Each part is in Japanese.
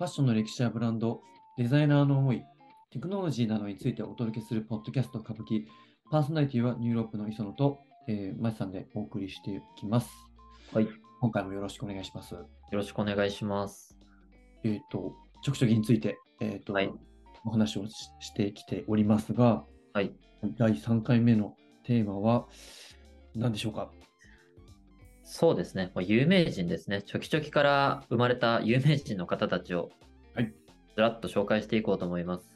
ァッションの歴史やブランド、デザイナーの思い、テクノロジーなどについてお届けするポッドキャスト歌舞伎、パーソナリティはニューロープの磯野と、えー、マジさんでお送りしていきます。はい。よ今回もよろしくお願いします。ろしくお願いします。えっ、と、ちょくちょきについて、えっ、と、はいお話をししてきておりますが、はい。第3回目のテーマは何でしょうかそうですね。もう有名人ですね。チョキチョキから生まれた有名人の方たちを、はい。ずらっと紹介していこうと思います。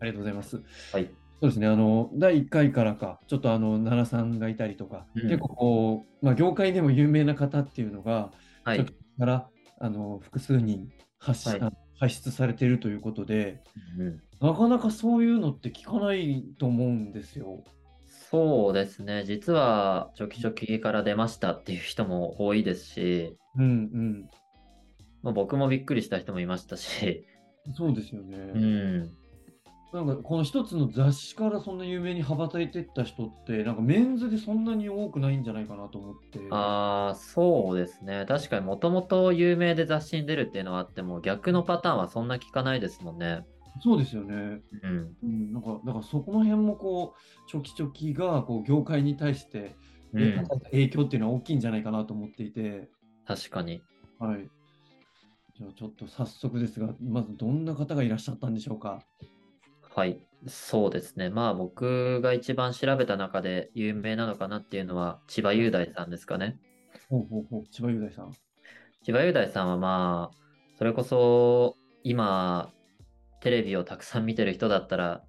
ありがとうございます。はい。そうですね、あの、第1回からか、ちょっとあの、奈良さんがいたりとか、うん結構こう、まあ、業界でも有名な方っていうのが、はちょいっと。から、あの、複数人発し、はいあの輩出されているということで、うん、なかなかそういうのって聞かないと思うんですよ。そうですね。実は、チョキチョキから出ましたっていう人も多いですし、うんまあ、僕もびっくりした人もいましたし、うん。そうですよね。うん。なんかこの一つの雑誌からそんな有名に羽ばたいてった人ってなんかメンズでそんなに多くないんじゃないかなと思って。ああ、そうですね。確かにもともと有名で雑誌に出るっていうのはあっても、逆のパターンはそんな聞かないですもんね。そうですよね。うん。うん、なんかだからそこの辺もこうチョキチョキがこう業界に対して、うん、影響っていうのは大きいんじゃないかなと思っていて、確かに。はい。じゃあちょっと早速ですが、まずどんな方がいらっしゃったんでしょうか。はい。そうですね。まあ僕が一番調べた中で有名なのかなっていうのは千葉雄大さんですかね。ほうほうほう、千葉雄大さん。千葉雄大さんはまあ、それこそ今、テレビをたくさん見てる人だったら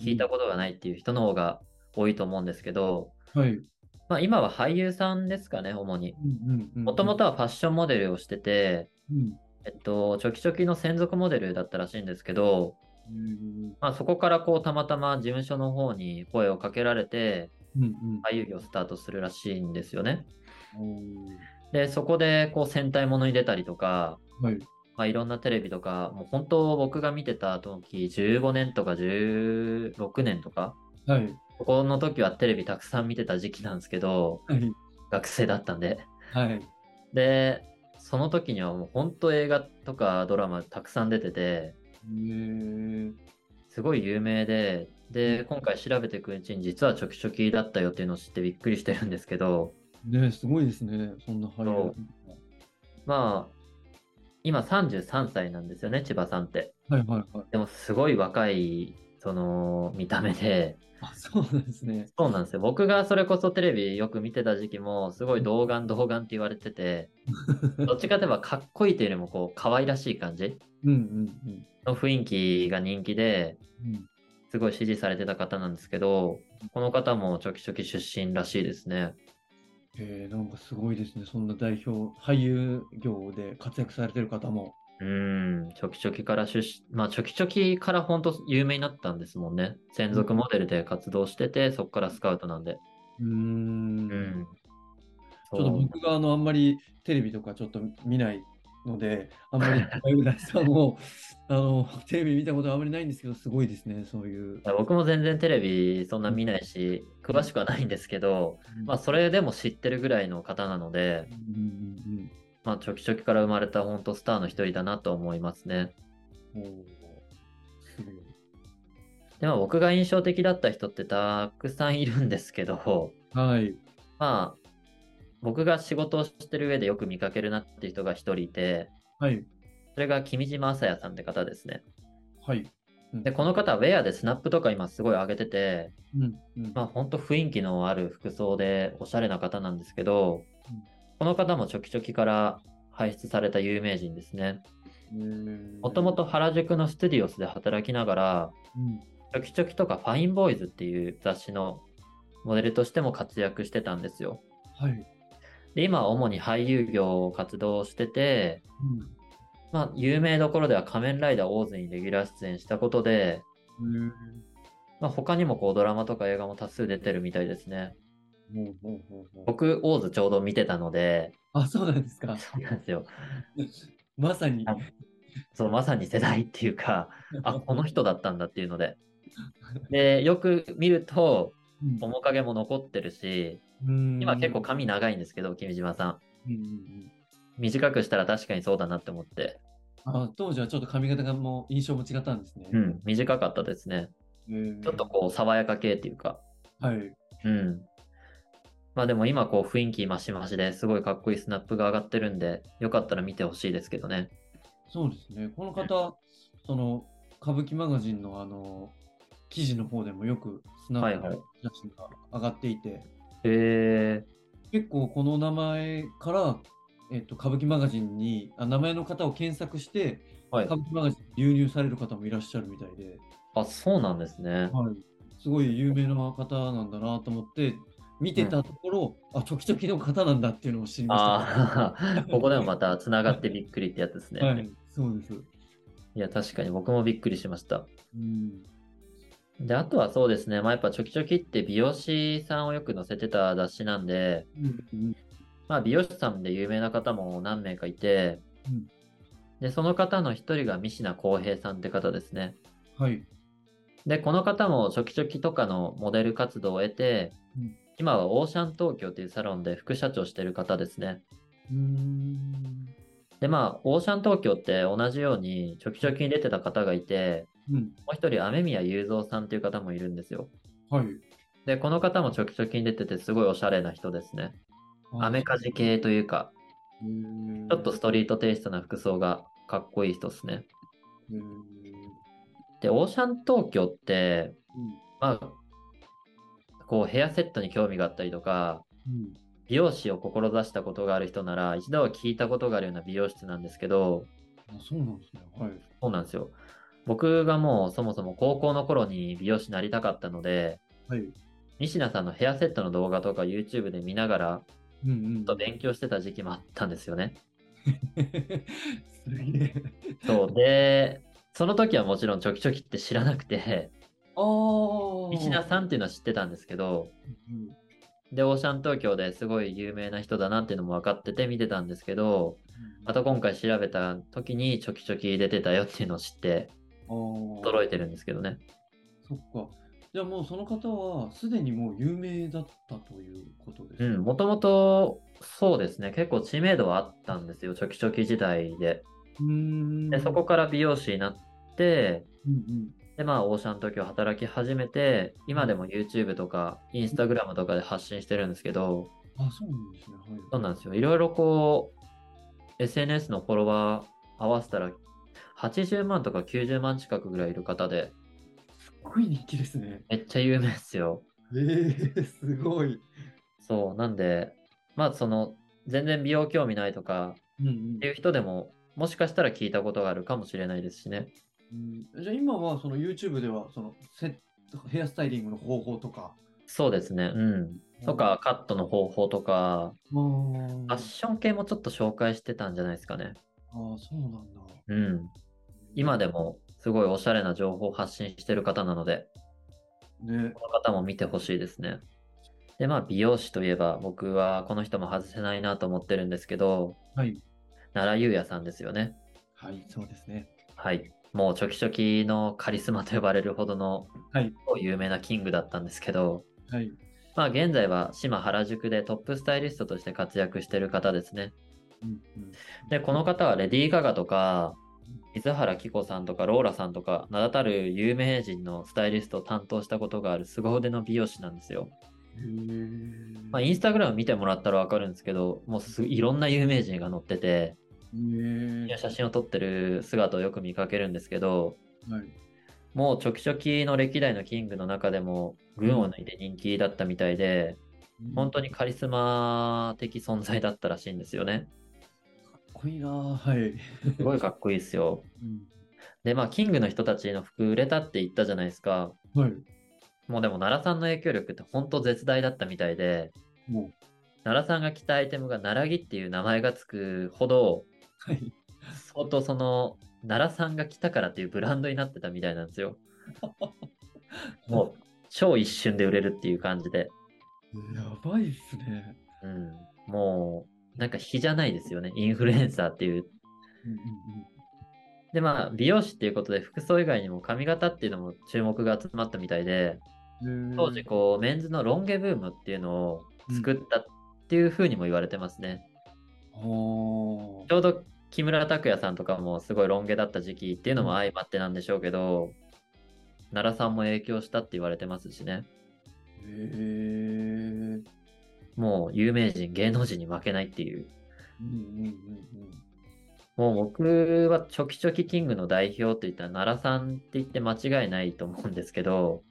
聞いたことがないっていう人の方が多いと思うんですけど、はい。うんまあ今は俳優さんですかね、主に。うんうん。もともとはファッションモデルをしてて、うん。えっと、チョキチョキの専属モデルだったらしいんですけど、うんまあそこからこうたまたま事務所の方に声をかけられて、うんうん。俳優業をスタートするらしいんですよね。おーで、そこでこう戦隊ものに出たりとか、はい。まあ、いろんなテレビとか、もう本当僕が見てた時、15年とか16年とか、はい。ここの時はテレビたくさん見てた時期なんですけど、はい。学生だったんで。はい。で、その時にはもう本当映画とかドラマたくさん出てて、えー、すごい有名で、うで、ん今回調べていくうちに実はチョキチョキだったよっていうのを知ってびっくりしてるんですけど、ねすごいですね。そんな俳優。まあ、今33歳なんですよね、千葉さんって。はいはいはい。でもすごい若い、その、見た目で。あ、そうなんですね。そうなんですよ。僕がそれこそテレビよく見てた時期も、すごい童顔童顔って言われてて、どっちかといえばかっこいいというよりも、こう、可愛らしい感じうんうんの雰囲気が人気で、うん。うん、すごい支持されてた方なんですけど、この方もちょきちょき出身らしいですね。えー、なんかすごいですね。そんな代表、俳優業で活躍されてる方も。うん、ちょきちょきから出身、まあ、ちょきちょきから本当有名になったんですもんね。専属モデルで活動してて、そこからスカウトなんで。うーん。うん。ちょっとそう僕があのあんまりテレビとかちょっと見ないので、あんまり千葉雄大さん をあのテレビ見たことはあんまりないんですけど、すごいですね、そういう。いや僕も全然テレビそんな見ないし、詳しくはないんですけど、まあ、それでも知ってるぐらいの方なのでう、んまあ、ちょきちょきから生まれた本当スターの一人だなと思いますね。うんうん。おーすごい。で、まあ、僕が印象的だった人ってたくさんいるんですけど、はい。まあ、僕が仕事をしてる上でよく見かけるなっていう人が一人いて、はい。それが君島朝也さんって方ですね。はい。うんで、この方はウェアでスナップとか今すごい上げてて、うんうんまあほんと雰囲気のある服装でおしゃれな方なんですけどうん、この方もちょきちょきから輩出された有名人ですね。もとも、と原宿のステディオスで働きながら、えーうんちょきちょきとかファインボーイズっていう雑誌のモデルとしても活躍してたんですよ。はい。で、今は主に俳優業を活動してて、まあ有名どころでは仮面ライダーオーズにレギュラー出演したことで、うん。えまあ、他にもこうドラマとか映画も多数出てるみたいですね。ーほうほうほうほう僕、オーズちょうど見てたので、あ、そうなんですか。そうなんですよ。まさに。あそう、まさに世代っていうか、あ、この人だったんだっていうので。で、よく見ると、うん面影も残ってるし、うん今結構髪長いんですけど、君島さん。うんうんうん短くしたら確かにそうだなって思って。あ当時はちょっと髪型がもう印象も違ったんですね。うん、短かったですね。えーちょっとこう、爽やか系っていうか、はい。うん。まあでも今こう雰囲気マシマシですごいかっこいいスナップが上がってるんで、よかったら見てほしいですけどね。そうですね。この方、その、歌舞伎マガジンのあの、記事の方でもよくスナはいップはいの写真が上がっていて、へえ結構この名前から、えっと、歌舞伎マガジンにあ、名前の方を検索して、はい歌。舞伎マガジンに流入される方もいらっしゃるみたいで、あ、そうなんですね。すごい有名な方なんだなと思って、見てたところ、あ、ちょきちょきの方なんだっていうのを知りました。ああ、 ここでもまた繋がってびっくりってやつですね。、はいい、そうです。や、確かに僕もびっくりしました。うん、で、あとはそうですね。まあやっぱチョキチョキって美容師さんをよく載せてた雑誌なんで、うん、まあ美容師さんで有名な方も何名かいて、うんで、その方の一人が三品康平さんって方ですね。はい。で、この方もチョキチョキとかのモデル活動を得て、うん今はオーシャン東京というサロンで副社長してる方ですね。うーん。で、まあ、オーシャン東京って同じようにチョキチョキに出てた方がいて、うん。もう一人、雨宮雄三さんという方もいるんですよ。はい。で、この方もチョキチョキに出ててすごいおしゃれな人ですね。アメカジ系というか、へーちょっとストリートテイストな服装がかっこいい人ですね。へーで、オーシャン東京って、まあ、こうヘアセットに興味があったりとか、うん。美容師を志したことがある人なら一度は聞いたことがあるような美容室なんですけどあ、そうなんですね。はい。そうなんですよ僕がもうそもそも高校の頃に美容師になりたかったのではい。西名さんのヘアセットの動画とか YouTube で見ながらうんうんちょっ と勉強してた時期もあったんですよね。すげえ。そうでその時はもちろんチョキチョキって知らなくてああ。西名さんっていうのは知ってたんですけどうんでオーシャン東京ですごい有名な人だなっていうのも分かってて見てたんですけどまた今回調べた時にチョキチョキ出てたよっていうのを知って驚いてるんですけどね。そっか。じゃあもうその方はすでにもう有名だったということですうね。ん、もともとそうですね、結構知名度はあったんですよ、チョキチョキ時代で。うーんで、そこから美容師になって、うんうんで、まあ、オーシャン東京働き始めて、今でも YouTube とか Instagram とかで発信してるんですけど、あ、そうなんですね。はい。そうなんですよ、いろいろこう、SNS のフォロワー合わせたら、80万とか90万近くぐらいいる方で、すっごい人気ですね。めっちゃ有名ですよ。えー、すごい。そう、なんで、まあその、全然美容興味ないとかうんうんっていう人でも、もしかしたら聞いたことがあるかもしれないですしね。うんじゃあ今はその YouTube ではそのセットヘアスタイリングの方法とか。そうですね、うん。とか、カットの方法とか、うん。ファあッション系もちょっと紹介してたんじゃないですかね。あー、そうなんだ。うん。今でも、すごいおしゃれな情報を発信してる方なので、ね。この方も見てほしいですね。で、まあ、美容師といえば、僕はこの人も外せないなと思ってるんですけど、はい。奈良優也さんですよね。はい、そうですね。はい。もうチョキチョキのカリスマと呼ばれるほどの、はい有名なキングだったんですけど、はい。まあ現在は島原宿でトップスタイリストとして活躍している方ですね。うんうんで、この方はレディー・ガガとか、水原希子さんとかローラさんとか名だたる有名人のスタイリストを担当したことがある凄腕の美容師なんですよ。へえ。まあインスタグラム見てもらったらわかるんですけど、もうすいろんな有名人が載ってて、へえ。写真を撮ってる姿をよく見かけるんですけど、はい。もうちょきちょきの歴代のキングの中でも群を抜いて人気だったみたいで、本当に。にカリスマ的存在だったらしいんですよね。かっこいいなー。はい。すごいかっこいいですよ。うんで、まあ、キングの人たちの服売れたって言ったじゃないですか。はい。もうでも奈良さんの影響力って本当絶大だったみたいで、もう。奈良さんが着たアイテムが奈良着っていう名前がつくほど、はい。相当その奈良さんが着たからっていうブランドになってたみたいなんですよ。もう超一瞬で売れるっていう感じで。やばいっすね。うん、もう、なんか比じゃないですよね。インフルエンサーっていう。うんうんで、まあ、美容師っていうことで、服装以外にも髪型っていうのも注目が集まったみたいで、うんへー当時、こう、メンズのロン毛ブームっていうのを作ったっていうふうにも言われてますね。はちょうど木村拓哉さんとかもすごいロン毛だった時期っていうのも相まってなんでしょうけど、奈良さんも影響したって言われてますしね。へえ。もう有名人、芸能人に負けないっていう。うんうんうんうん。もう僕はチョキチョキキングの代表って言ったら奈良さんって言って間違いないと思うんですけど、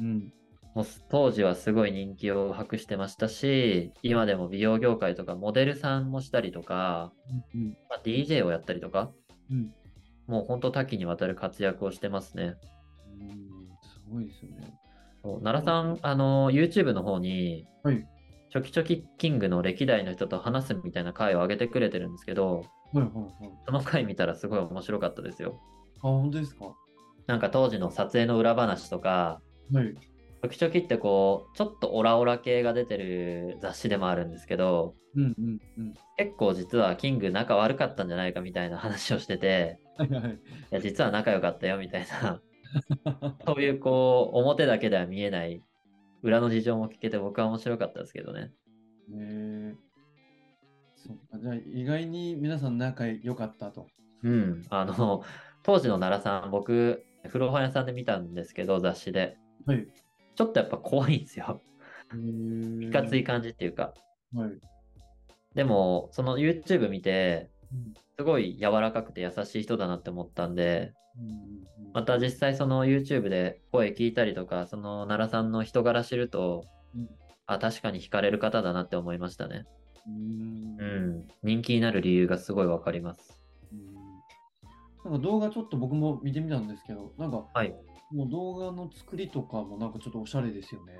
うんうん。もう当時はすごい人気を博してましたし、今でも美容業界とかモデルさんもしたりとか、うんまあ、DJ をやったりとか、うん。もう本当多岐にわたる活躍をしてますね。うん。すごいですよね。そう奈良さん、あの、YouTube の方に、はいちょきちょきキングの歴代の人と話すみたいな回を上げてくれてるんですけど、はいはいはい。その回見たらすごい面白かったですよ。あ、本当ですかはなんか当時の撮影の裏話とか、い。ちょきちょきってこう、ちょっとオラオラ系が出てる雑誌でもあるんですけど、うんうんうん。結構実はキング仲悪かったんじゃないかみたいな話をしてて、はい はい。いや実は仲良かったよみたいな、そういうこう、表だけでは見えない裏の事情も聞けて僕は面白かったですけどね。ねえ。そっか、じゃあ意外に皆さん仲良かったと。うん、あの、 当時の奈良さん、僕、古本屋さんで見たんですけど、雑誌で。はい。へちょっとやっぱ怖いんですよ。えいかつい感じっていうか。はい。でも、その YouTube 見てうん、すごい柔らかくて優しい人だなって思ったんで、うんうんうんまた実際その YouTube で声聞いたりとか、その奈良さんの人柄知るとうん、あ、確かに惹かれる方だなって思いましたね。うーんう。ん。人気になる理由がすごいわかります。うんなんか動画ちょっと僕も見てみたんですけど、なんか、はいもう動画の作りとかもなんかちょっとおしゃれですよね。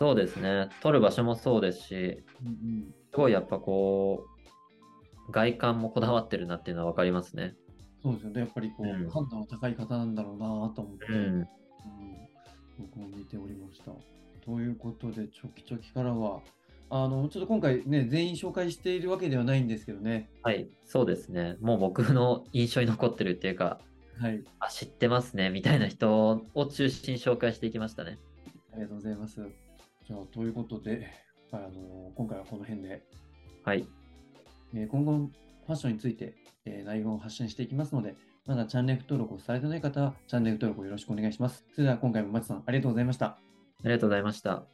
そうですね。撮る場所もそうですし、うんすごいやっぱこう、外観もこだわってるなっていうのは分かりますね。そうですよね。やっぱりこう、うん判断の高い方なんだろうなと思って、ううんん。僕も見ておりました。ということで、チョキチョキからは、あの、ちょっと今回ね、全員紹介しているわけではないんですけどね。はい、そうですね。もう僕の印象に残ってるっていうか、はい。あ、知ってますね、みたいな人を中心に紹介していきましたね。ありがとうございます。じゃあ、ということで、あの今回はこの辺で、はい。えー今後ファッションについて、えー内容を発信していきますので、まだチャンネル登録をされてない方は、チャンネル登録をよろしくお願いします。それでは今回も松さん、ありがとうございました。ありがとうございました。